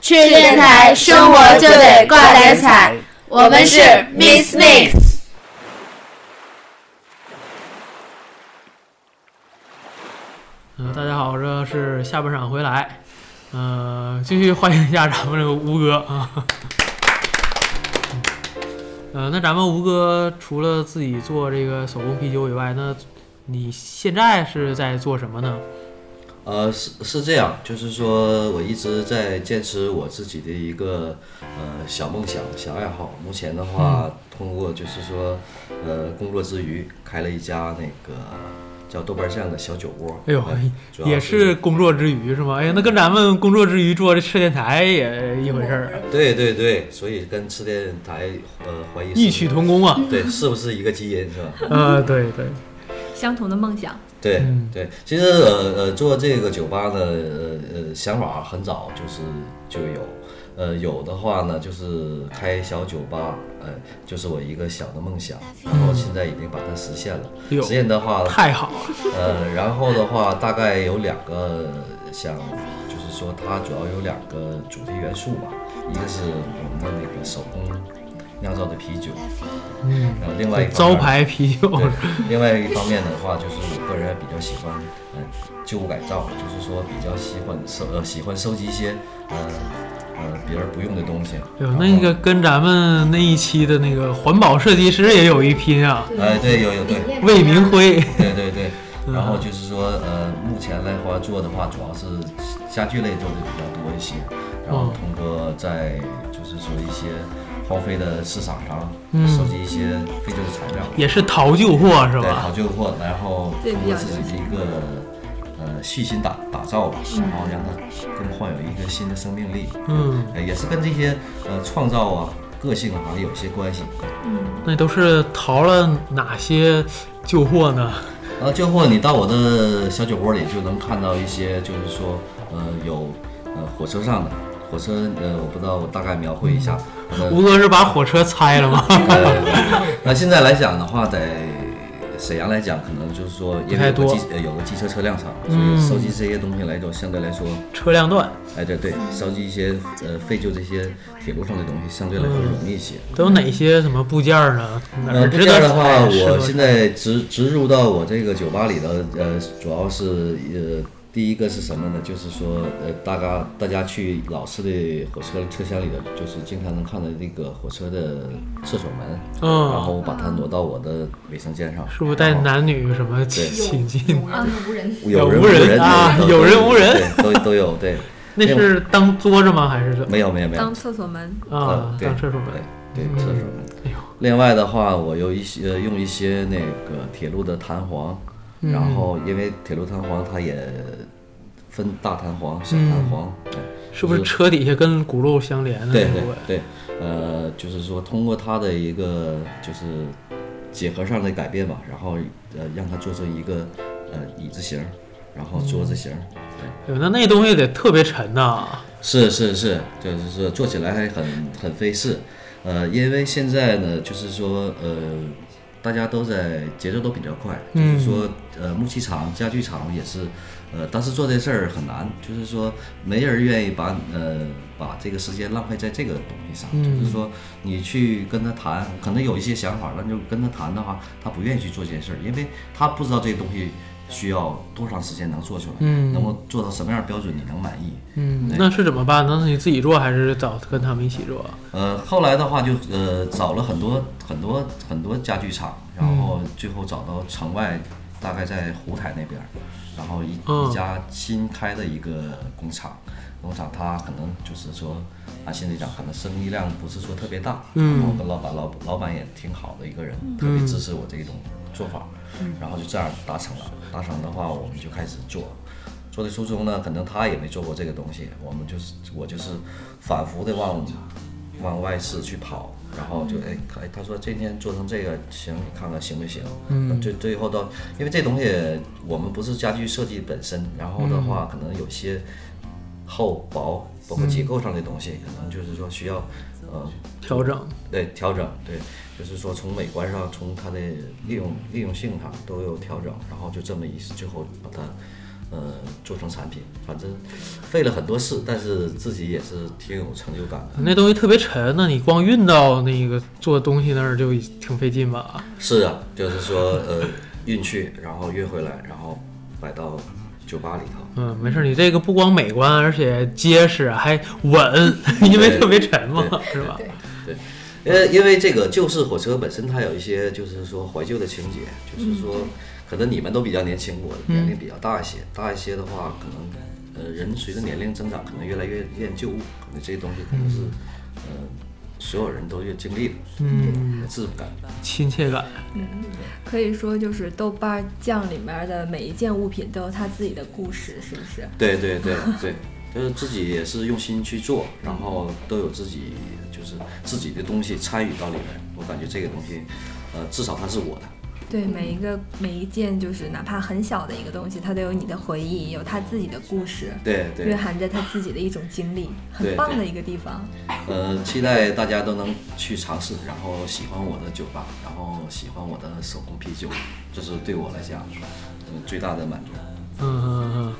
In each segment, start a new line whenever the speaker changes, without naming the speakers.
去电台，生活就得挂点彩。我们是 Miss Mix。
嗯、大家好，这是下半场回来，嗯、呃，继续欢迎一下咱们这个吴哥啊。呃，那咱们吴哥除了自己做这个手工啤酒以外，那你现在是在做什么呢？
呃，是是这样，就是说我一直在坚持我自己的一个呃小梦想、小爱好。目前的
嗯
话，通过就是说，呃，工作之余开了一家那个叫豆瓣酱的小酒窝。
哎呦
呃主，要
也
是
是工作之余是吗？哎呀，那跟咱们工作之余做这吃电台也一回事儿，啊
对对对，所以跟吃电台呃怀疑是
异曲同工啊。
对是不是一个基因是吧？
呃，对对，
相同的梦想，
对
嗯
对，其实呃呃，做这个酒吧呢，呃呃，想法很早就是就有，呃，有的话呢，就是开小酒吧，呃，就是我一个小的梦想，然后现在已经把它实现了。
哟
实，现的话，
哎太好了，
呃，然后的话，大概有两个想，就是说它主要有两个主题元素吧，一个是我们的那个手工酿造的啤酒，
嗯，
然后另外一方
招
面
牌啤酒，
对，另外一方面的话，就是我个人还比较喜欢，嗯、旧物改造，就是说比较喜欢收呃喜欢收集一些，呃呃别人不用的东西。
哎呦，那个跟咱们那一期的那个环保设计师也有一拼啊，
哎、对，有有对
魏明辉，
对对 对。
嗯
然后就是说，呃，目前来话做的话，主要是家具类做的比较多一些，然后
哦
通过在就是说一些荒废的市场上
嗯
收集一些废旧的材料，
也是淘旧货是
对，
吧？
好旧货，然后
对
通
比
过
较
自己的一个呃细心打打造吧，然后让它更患有一个新的生命力。
嗯，
呃，也是跟这些呃创造啊、个性啊有些关系。
那都是淘了哪些旧货呢？
然后旧呃货，你到我的小酒窝里就能看到一些，就是说呃有呃火车上的火车，呃我不知道，我大概描绘一下。呃
吴哥是把火车拆了吗？
那现在来讲的话，在沈阳来讲，可能就是说，因为有
不
个
太多
机呃有个机车车辆场，所
嗯
以收集这些东西来说，相对来说，
车辆段
哎对对，收集一些呃废旧这些铁路上的东西，相对来说容易一些。
都有哪些什么部件儿呢？哪
呃，
儿
这
嗯值
样
得
的话，
采
我
是
现
吧
在植植入到我这个酒吧里的，呃，主要是呃，第一个是什么呢？就是说，呃，大家大家去老式的火车车厢里的，就是经常能看到那个火车的厕所门，
嗯
然后我把它挪到我的卫生间上，
是不是带
然后
男女什么亲亲近？
啊，无人
有人
有无人啊
都
有人无人，
对都都有对，
那是当桌子吗？还是怎么
没有没有没有
当厕所门，
啊
嗯？对
当厕所门？
对对厕所门。
哎呦，
另外的话，我有一些呃用一些那个铁路的弹簧，
嗯
然后因为铁路弹簧它也分大弹簧、小弹簧，
嗯
哎
是不是车底下跟轱辘相连的
对
那
对
部分？
对对，呃，就是说通过它的一个就是结合上的改变吧，然后呃让它做成一个呃椅子型，然后桌子型，对，
哎呦，那那东西得特别沉呐。
是是是，就是说做起来还很很费事，呃，因为现在呢，就是说呃。大家都在节奏都比较快，就是说，呃，木器厂、家具厂也是，呃，但是做这事儿很难，就是说，没人愿意把呃把这个时间浪费在这个东西上，就是说，你去跟他谈，可能有一些想法，那就跟他谈的话，他不愿意去做这件事儿，因为他不知道这东西需要多长时间能做出来，
嗯
能够做到什么样的标准你能满意。
嗯，
对
那是怎么办呢？那你自己做还是找跟他们一起做？
呃，后来的话就呃找了很多很多很多家具厂，然后最后找到城外，大概在胡台那边儿，然后一、
嗯
一家新开的一个工厂，工厂它可能就是说按现在讲，可能生意量不是说特别大，然后跟老板老老板也挺好的一个人，特别支持我这种做法，然后就这样达成了。达成的话，我们就开始做。做的初衷呢，可能他也没做过这个东西，我们就是我就是反复的往往外市去跑，然后就哎哎，他说今天做成这个行，你看看行不行？嗯，最最后到，因为这东西我们不是家具设计本身，然后的话、可能有些厚薄，包括结构上的东西，可能就是说需要呃
调整，
对调整，对，就是说从美观上，从它的利用利用性上都有调整，然后就这么一最后把它呃，做成产品，反正费了很多事，但是自己也是挺有成就感的。
那东西特别沉，那你光运到那个做东西那儿就已挺费劲吧？
是啊，就是说呃，运去，然后运回来，然后摆到酒吧里头。
嗯，没事，你这个不光美观，而且结实还稳， 因为特别沉嘛，是吧？
因为呃因为这个旧式火车本身它有一些就是说怀旧的情节，就是说可能你们都比较年轻，我年龄比较大一些，大一些的话可能呃人随着年龄增长可能越来越厌旧物，可能这些东西可能是呃所有人都越经历的，
嗯，
质感。
亲切感，
可以说就是豆瓣酱里面的每一件物品都有它自己的故事，是不是？
对对对对，就是自己也是用心去做，然后都有自己就是自己的东西参与到里面，我感觉这个东西呃至少它是我的。
对，每一个每一件就是哪怕很小的一个东西，它都有你的回忆，有它自己的故事，
对对，
蕴含着它自己的一种经历，
对
很棒
对
的一个地方。
呃，期待大家都能去尝试，然后喜欢我的酒吧，然后喜欢我的手工啤酒，这是对我来讲，呃，最大的满足。
嗯嗯嗯，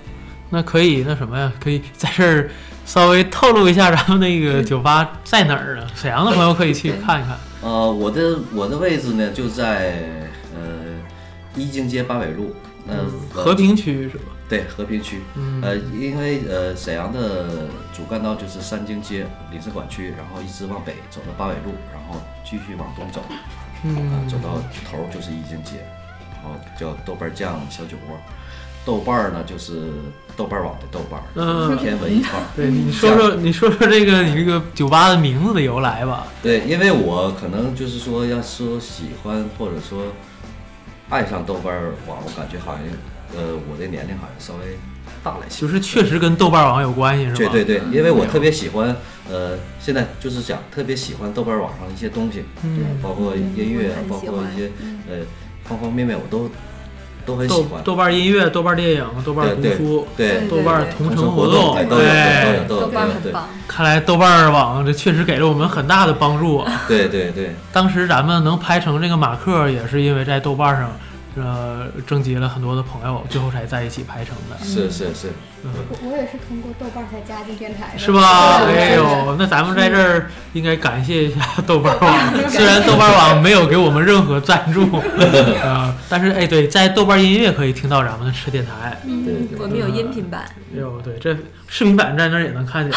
那可以那什么呀？可以在这儿稍微透露一下咱们那个酒吧在哪儿呢？沈阳的朋友可以去看一看。
呃，我的我的位置呢就在呃一经街八纬路，呃，
嗯和平区是吧？
对和平区，
嗯
呃，因为呃沈阳的主干道就是三经街领事馆区，然后一直往北走到八纬路，然后继续往东走，
嗯
啊，走到头儿就是一经街，然后叫豆瓣酱小酒窝。豆瓣儿呢，就是豆瓣网的豆瓣儿，
嗯
偏文艺范儿。嗯
对，你说说，你说说这个你这个酒吧的名字的由来吧。
对，因为我可能就是说，要说喜欢或者说爱上豆瓣儿网，我感觉好像，呃，我的年龄好像稍微大了一些。
就是确实跟豆瓣网有关系是吧？
对对对，因为我特别喜欢，呃，现在就是想特别喜欢豆瓣网上一些东西，
嗯
包括音乐啊
嗯，
包
我很喜
括
欢
一些呃方方面面，我都都很喜
豆
欢。
豆瓣音乐、豆瓣电影、豆瓣读书、
对
对，
豆瓣同城活
哎
动，
都有都有
对，
都有
豆
都
瓣
有
很
对
棒，
看来豆瓣网这确实给了我们很大的帮助 啊。
对对对，
当时咱们能拍成这个马克，也是因为在豆瓣上，呃，征集了很多的朋友，最后才在一起拍成的，
是是是，
我我也是通过豆瓣儿才加进电台的，
是吧？
对
哎，
对
呦，那咱们在这儿应该感谢一下豆瓣网，虽然豆瓣网没有给我们任何赞 助，啊、但是哎，对，在豆瓣音乐可以听到咱们的吃电台。
对对
我
对，
们有音频版，
哎呦，对，这视频版在那儿也能看 见。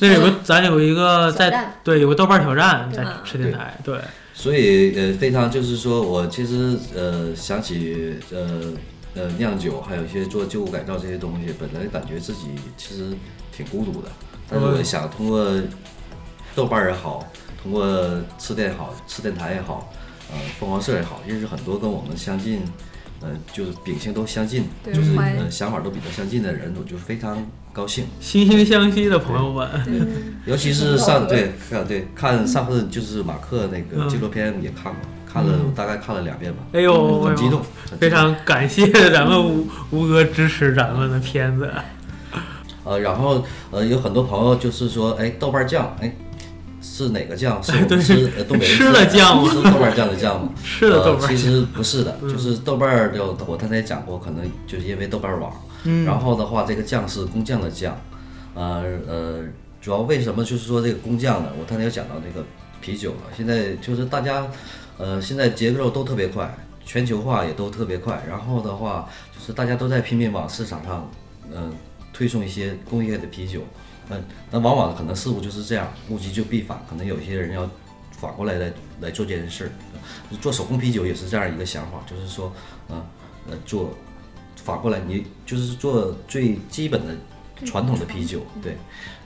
那有个，咱有一个
小
在
站
对有个豆瓣挑战在
对嗯吧
吃电台，对，
所以呃，非常就是说我其实呃想起呃呃酿酒，还有一些做旧物改造这些东西，本来感觉自己其实挺孤独的，但是我想通过豆瓣儿也好，通过吃电也好，吃电台也好，呃凤凰社也好，认识很多跟我们相近。呃，就是秉性都相近，
对
就是
怀
呃想法都比较相近的人，我就非常高兴。
惺惺相惜的朋友们，
尤其是上对看
嗯
对看上次就是马克那个纪录片也看过，看了
嗯
大概看了两遍吧，
哎呦，哎
很
呦
激动，很激动
非常感谢咱们吴吴哥支持咱们的片子，
呃，然后呃有很多朋友就是说，哎，豆瓣酱，哎。是哪个酱？是我
对
们吃呃东北人
吃了酱吗
是豆瓣酱的酱吗？
吃了豆瓣嗯
呃
酱
其实不是的，就是豆瓣儿的。我刚才讲过，可能就是因为豆瓣网。
嗯
然后的话，这个酱是工匠的酱，呃呃，主要为什么就是说这个工匠呢？我刚才有讲到这个啤酒了，现在就是大家，呃，现在节奏都特别快，全球化也都特别快，然后的话就是大家都在拼命往市场上，嗯、推送一些工业的啤酒，嗯、那往往可能事物就是这样，物极就必反，可能有些人要反过来来来做这件事儿，做手工啤酒也是这样一个想法，就是说，呃呃，做反过来你就是做最基本的传统的啤酒，对。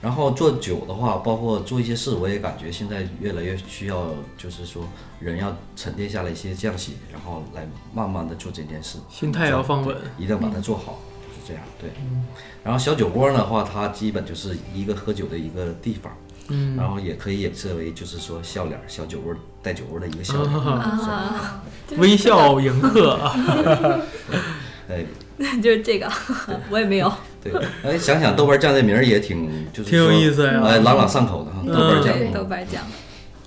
然后做酒的话，包括做一些事，我也感觉现在越来越需要，就是说人要沉淀下来一些匠心，然后来慢慢的做这件事，
心态也要放稳。
一定要把它做好，就是这样，对。然后小酒窝的话，它基本就是一个喝酒的一个地方。嗯，然后也可以演示为，就是说笑脸儿小酒窝带酒窝的一个笑脸儿，
啊，
微笑迎客啊！
哎，
就是这个， 我也没有。
对，哎，想想豆瓣酱这名儿也挺，就是
挺有
说
意思呀
哎，朗朗上口的哈，豆瓣嗯酱。
豆瓣酱，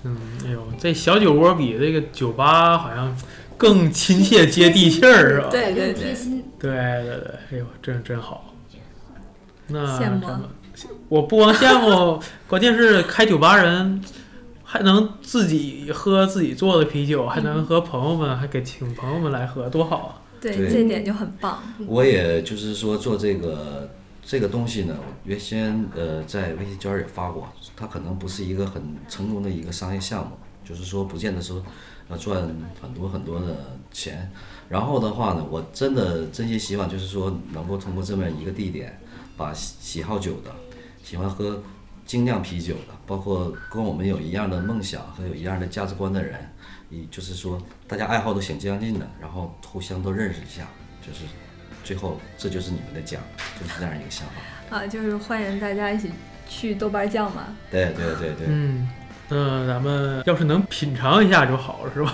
嗯，哎呦，这小酒窝比这个酒吧好像更亲切接地气儿，是吧？啊
对对
更贴
对
心，
对对对，哎呦，真真好。
嗯
那
羡慕啊
什么我不光羡慕，关键是开酒吧人还能自己喝自己做的啤酒，还能和朋友们，还给请朋友们来喝，多好啊！
对，
对
这点就很棒。
我也就是说做这个这个东西呢，我原先呃在微信圈儿也发过，它可能不是一个很成功的一个商业项目，就是说不见得说要赚很多很多的钱。然后的话呢，我真的真心希望就是说能够通过这么一个地点，把喜喜好酒的、喜欢喝精酿啤酒的，包括跟我们有一样的梦想和有一样的价值观的人，以就是说大家爱好都挺相近的，然后互相都认识一下，就是最后这就是你们的家，就是这样一个想法。
啊，就是欢迎大家一起去豆瓣酱嘛。
对对对对，
嗯，那咱们要是能品尝一下就好了，是吧？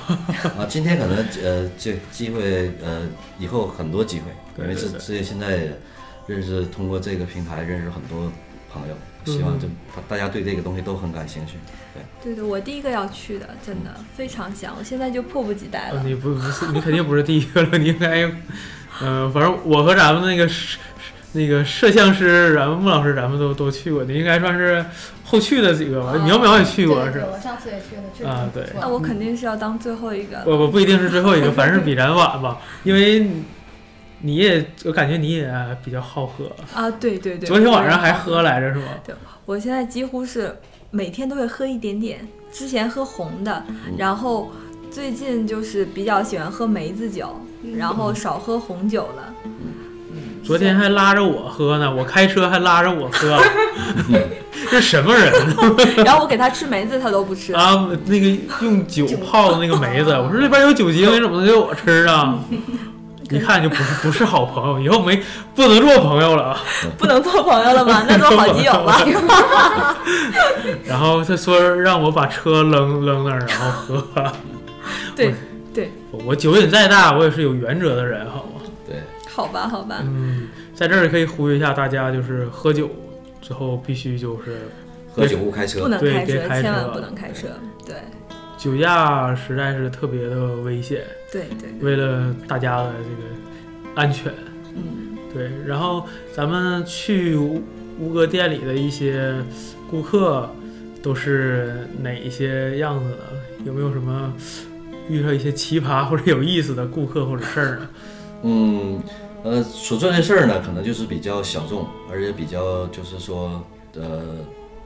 啊，今天可能呃这机会呃以后很多机会，
对
因为
对
这
对
这现在认识通过这个平台认识很多朋友，希望这大大家对这个东西都很感兴趣。
对对，我第一个要去的，真的非常想，我现在就迫不及待
啊
了。
你不不是，你肯定不是第一个了，你应该，呃，反正我和咱们那个摄那个摄像师，咱们穆老师，咱们都都去过，你应该算是后去的几个吧？
啊
苗苗也去过
对
是
对
吧？
我上次也去了，确实
啊
挺不错
那我肯定是要当最后一个了。
不不不一定是最后一个，反正比咱晚吧，因为你也我感觉你也比较好喝，
啊，对对对，
昨天晚上还喝来着是吗？
我现在几乎是每天都会喝一点点，之前喝红的，
嗯
然后最近就是比较喜欢喝梅子酒，然后少喝红酒了。
嗯
嗯
昨天还拉着我喝呢，我开车还拉着我喝，这什么人
然后我给他吃梅子，他都不吃。
啊？那个用酒泡的那个梅子，我说这边有酒精，你怎么能给我吃啊？一看就不是不是好朋友，以后没不能做朋友了啊。
不能做朋友 了吗？那做好基友吧。
然后他说让我把车扔扔那儿，然后喝。
对对，
我酒瘾再大，我也是有原则的人，好吗？
对，
好吧好吧，
嗯，在这儿可以呼吁一下大家，就是喝酒之后必须就是
喝酒勿开车
不。能
对
开
别
车，
开
千
车
万
了
不能开车。对
酒驾实在是特别的危险，
对对，
为了大家的这个安全，
嗯，
对。然后咱们去吴吴哥店里的一些顾客都是哪一些样子呢？有没有什么遇到一些奇葩或者有意思的顾客或者事儿呢？
嗯，呃，所做的事儿呢，可能就是比较小众，而且比较就是说，呃，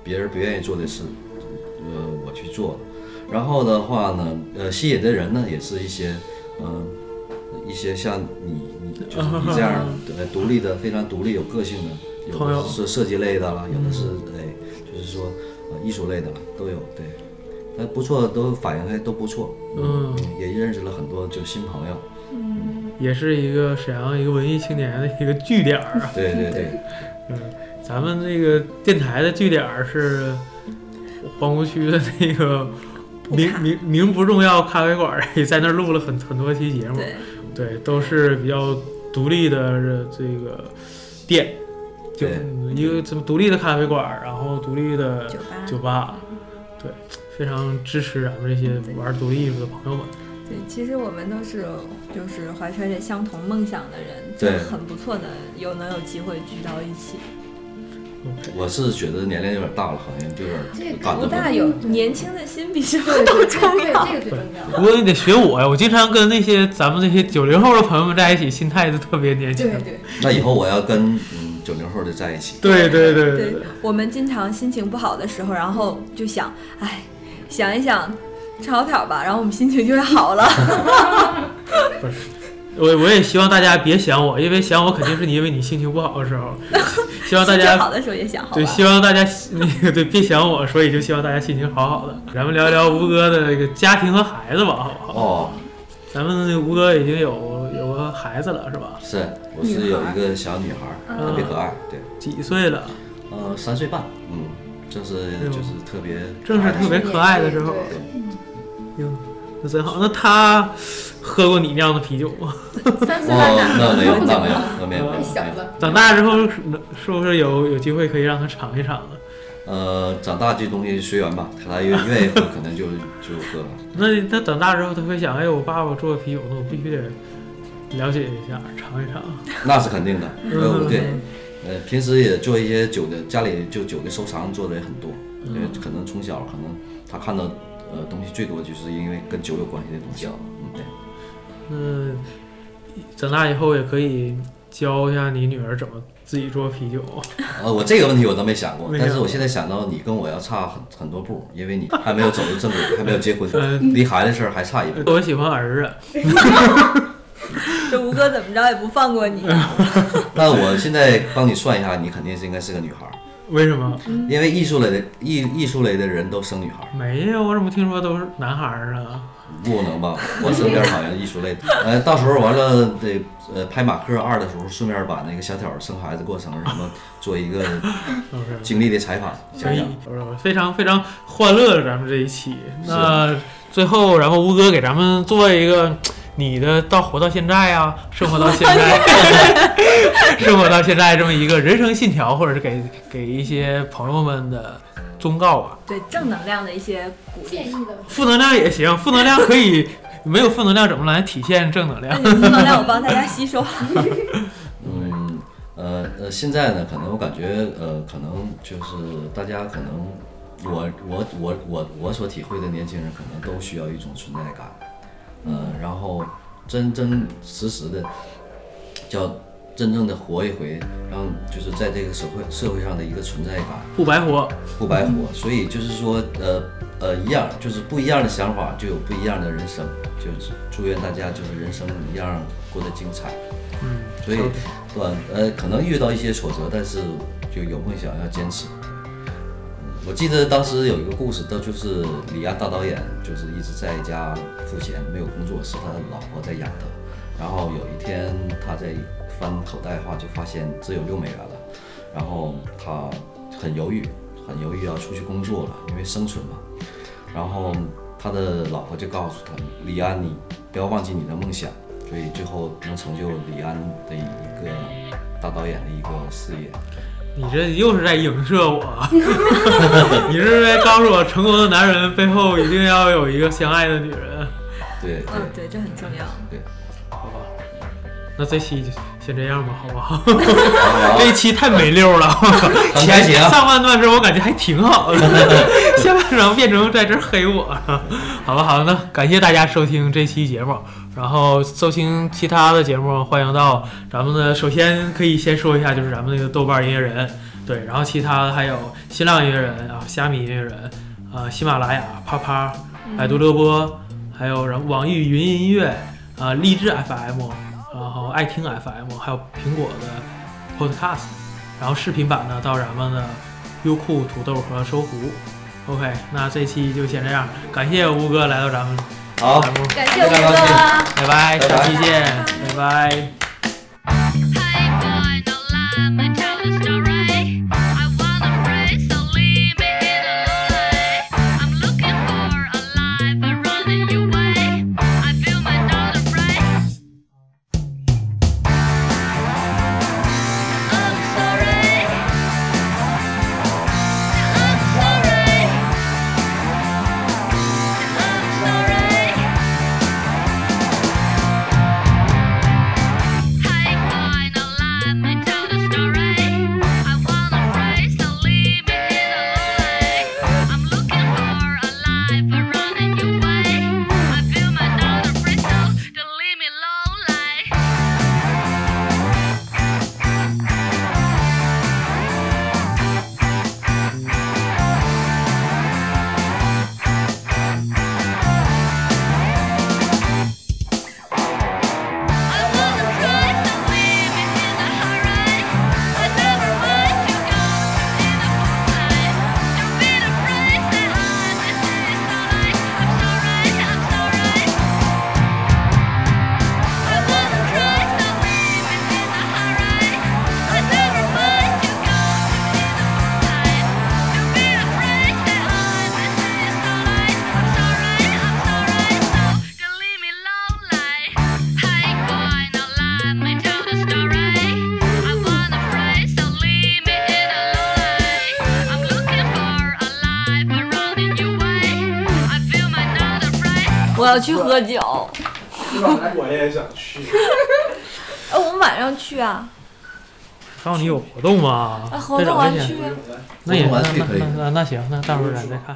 别人不愿意做的事，呃，我去做了。然后的话呢，呃，吸引的人呢，也是一些，嗯、一些像你，你就是你这样呃独立的，非常独立有个性的，有
朋友
的是设计类的啦，有的是哎，就是说呃艺术类的啦，都有对。那不错，都反应还都不错，
嗯，
也认识了很多就新朋友。
也是一个沈阳一个文艺青年的一个据点儿啊。
对对对，
嗯，咱们这个电台的据点儿是皇姑区的那个
普
名
卡
名名不重要咖啡馆儿，也在那儿录了很很多期节目，
对
对，都是比较独立的这个店，就
对
嗯一个这么独立的咖啡馆儿，然后独立的
酒吧。
酒吧，对，非常支持咱们这些玩独立艺术的朋友们。
对，其实我们都是就是怀揣着相同梦想的人，就
对
很不错的，有能有机会聚到一起。
OK，
我是觉得年龄有点大了，好像就有
这
点
个
感
不
动
大
了。
有年轻的心比什么
对
都
对
重
对
要。
这个最重要。
不过你得学我呀，我经常跟那些咱们这些九零后的朋友们在一起，心态都特别年轻。
对
那以后我要跟嗯九零后的在一起，
对对对
对，我们经常心情不好的时候，然后就想，哎，想一想吃好点儿吧，然后我们心情就会好了。
我我也希望大家别想我，因为想我肯定是你，因为你心情不好的时 候。希望大
心情好
家
的时候也想好
对，
吧。
希望大家那个对别想我，所以就希望大家心情好好的。 咱们聊一聊吴哥的这个家庭和孩子吧，好不好？
哦，
咱们那个吴哥已经有有个孩子了，是吧？
是，我是有一个小女孩儿，
嗯
特别可爱，对，
几岁了？
呃，三岁半，嗯，正是
哎呦
就是特别
正是特别可爱的时候。
对
哟，那真好。那他喝过你酿的啤酒 吗？
三岁半
哦，那
大，
没有，那没有，那没有，
太小
没有。
了。
长大之后是是不是有有机会可以让他尝一尝呢？
呃，长大这东西随缘吧，他愿愿意喝，可能就就喝了。
那他长大之后，他会想，哎，我爸爸做的啤酒，那我必须得了解一下，尝一尝。
那是肯定的。呃，
嗯
对，呃，平时也做一些酒的，家里就酒的收藏做的也很多。
嗯
因为可能从小可能他看到呃东西最多，就是因为跟酒有关系的东西。嗯，对。
嗯，咱俩以后也可以教一下你女儿怎么自己做啤酒。
呃，我这个问题我倒没想过
没，
但
想
是
过
我现在想到你跟我要差很很多步，因为你还没有走入正 轨，还没有结婚
嗯，
离孩子事儿还差一步。
我喜欢儿子，
这吴哥怎么着也不放 过你。
呃
那我现在帮你算一下，你肯定是应该是个女孩儿，
为什么？
因为艺术类的艺艺术类的人都生女孩儿，
没有，我怎么听说都是男孩儿啊？
不能吧？ 我身边好像艺术类的，呃，到时候完了得呃拍马克二的时候，顺便把那个小挑儿生孩子过程什么做一个
都是。
经历的采访，
所
讲
以
讲。
非常非常欢乐的咱们这一期。那最后，然后吴哥给咱们做一个你的到活到现在啊，生活到现在，生活到现在这么一个人生信条，或者是给给一些朋友们的忠告啊吧。
对正能量的一些鼓
建
励。
议的
负能量也行，负能量可以没有负能量怎么来体现正能
那
量？
你负能量我帮大家吸收。
嗯，呃呃，现在呢，可能我感觉呃，可能就是大家可能我我我我我所体会的年轻人，可能都需要一种存在感，呃，然后真真实实的叫真正的活一回，让就是在这个社会社会上的一个存在感。
不白活，
不白活。所以就是说，呃呃，一样就是不一样的想法，就有不一样的人生。就是祝愿大家就是人生一样过得精彩。
嗯，
所以，对，呃，可能遇到一些挫折，但是就有梦想要坚持。我记得当时有一个故事，他就是李安大导演，就是一直在家赋闲，没有工作，是他老婆在养的。然后有一天他在翻口袋的话，就发现只有六美元了，然后他很犹豫，很犹豫要出去工作了，因为生存嘛。然后他的老婆就告诉他：“李安，你不要忘记你的梦想。”所以最后能成就李安的一个大导演的一个事业。
你这又是在影射我， 你是不是在告诉我成功的男人背后一定要有一个相爱的女人？
对对
嗯，对，这很重要。
对，
好吧，那这期就先这样吧，好不好？这一期太没溜了，
很开
前
心啊
上半段时候我感觉还挺好的，下半场变成在这儿黑我了，好吧，好，那感谢大家收听这期节目。然后收听其他的节目，欢迎到咱们的。首先可以先说一下，就是咱们那个豆瓣音乐人，对，然后其他的还有新浪音乐人啊、虾米音乐人啊、喜马拉雅、啪啪、百度乐播，还有然后网易云音乐，啊，荔枝 FM，然后爱听 FM，还有苹果的 Podcast，然后视频版呢到咱们的优酷、土豆和搜狐。OK，那这期就先这样，感谢吴哥来到咱们
好，
栏目，
感谢吴哥啊。
拜拜，
拜拜
下期见，拜拜
Hey boy, no lie, my childhood story. I wanna race, so leave me in a lie. I'm looking for a life, I'm running away. I feel my daughter break. I'm sorry. I'm sorry. I'm sorry. Hey boy, no lie, my childhood story. I wanna race, so leave me in a lie. I'm looking for a life, I'm running away. I feel my daughter break, so don't leave me lonely. I wanna try to leave it in a hurry. I never want to go in a place. To be the prince that I desire so much. I'm sorry, I'm sorry. I wanna try to leave it in a hurry. I never want to go in a place. To be the prince that I desire so much. I'm sorry, I'm sorry. So don't leave me lonely. Hey boy, no lie, my childhood story. I wanna pray, so leave me in a lie. I'm looking for a life, I'm running away. I feel my daughter break.
我要去喝酒。
我也想去。
哎，我们晚上去啊，
告诉你有活动吗？
啊，活
再
动
找一
完
天
去啊。
那也
活动完
那
去可以
那那那行，那到时候咱再看。